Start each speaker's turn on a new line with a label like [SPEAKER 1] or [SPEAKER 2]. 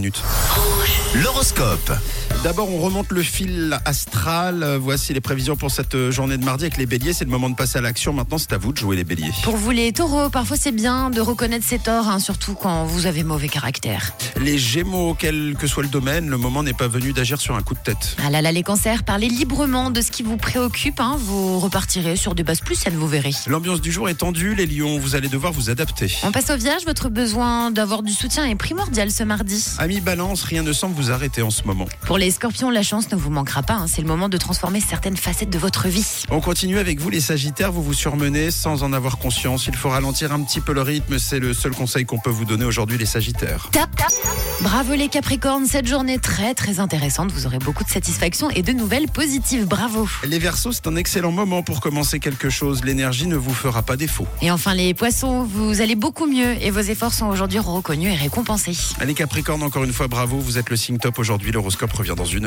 [SPEAKER 1] minutes.
[SPEAKER 2] L'horoscope.
[SPEAKER 1] D'abord, on remonte le fil astral. Voici les prévisions pour cette journée de mardi avec les béliers. C'est le moment de passer à l'action. Maintenant, c'est à vous de jouer les béliers.
[SPEAKER 3] Pour vous les taureaux, parfois c'est bien de reconnaître ses torts, hein, surtout quand vous avez mauvais caractère.
[SPEAKER 1] Les gémeaux, quel que soit le domaine, le moment n'est pas venu d'agir sur un coup de tête.
[SPEAKER 3] Ah là là, les cancers, parlez librement de ce qui vous préoccupe, hein, vous repartirez sur des bases plus saines, vous verrez.
[SPEAKER 1] L'ambiance du jour est tendue. Les lions, vous allez devoir vous adapter.
[SPEAKER 3] On passe au vierge, votre besoin d'avoir du soutien est primordial ce mardi.
[SPEAKER 1] Amis balance, rien ne semble vous arrêter en ce moment.
[SPEAKER 3] Pour les scorpions, la chance ne vous manquera pas, hein, c'est le moment de transformer certaines facettes de votre vie.
[SPEAKER 1] On continue avec vous les Sagittaires, vous vous surmenez sans en avoir conscience. Il faut ralentir un petit peu le rythme, c'est le seul conseil qu'on peut vous donner aujourd'hui les Sagittaires.
[SPEAKER 3] Tap, tap. Bravo les capricornes, cette journée très très intéressante, vous aurez beaucoup de satisfaction et de nouvelles positives, bravo.
[SPEAKER 1] Les Verseaux, c'est un excellent moment pour commencer quelque chose, l'énergie ne vous fera pas défaut.
[SPEAKER 3] Et enfin les poissons, vous allez beaucoup mieux et vos efforts sont aujourd'hui reconnus et récompensés.
[SPEAKER 1] Les Capricornes, encore une fois, bravo, vous êtes le signe top aujourd'hui, l'horoscope revient dans une heure.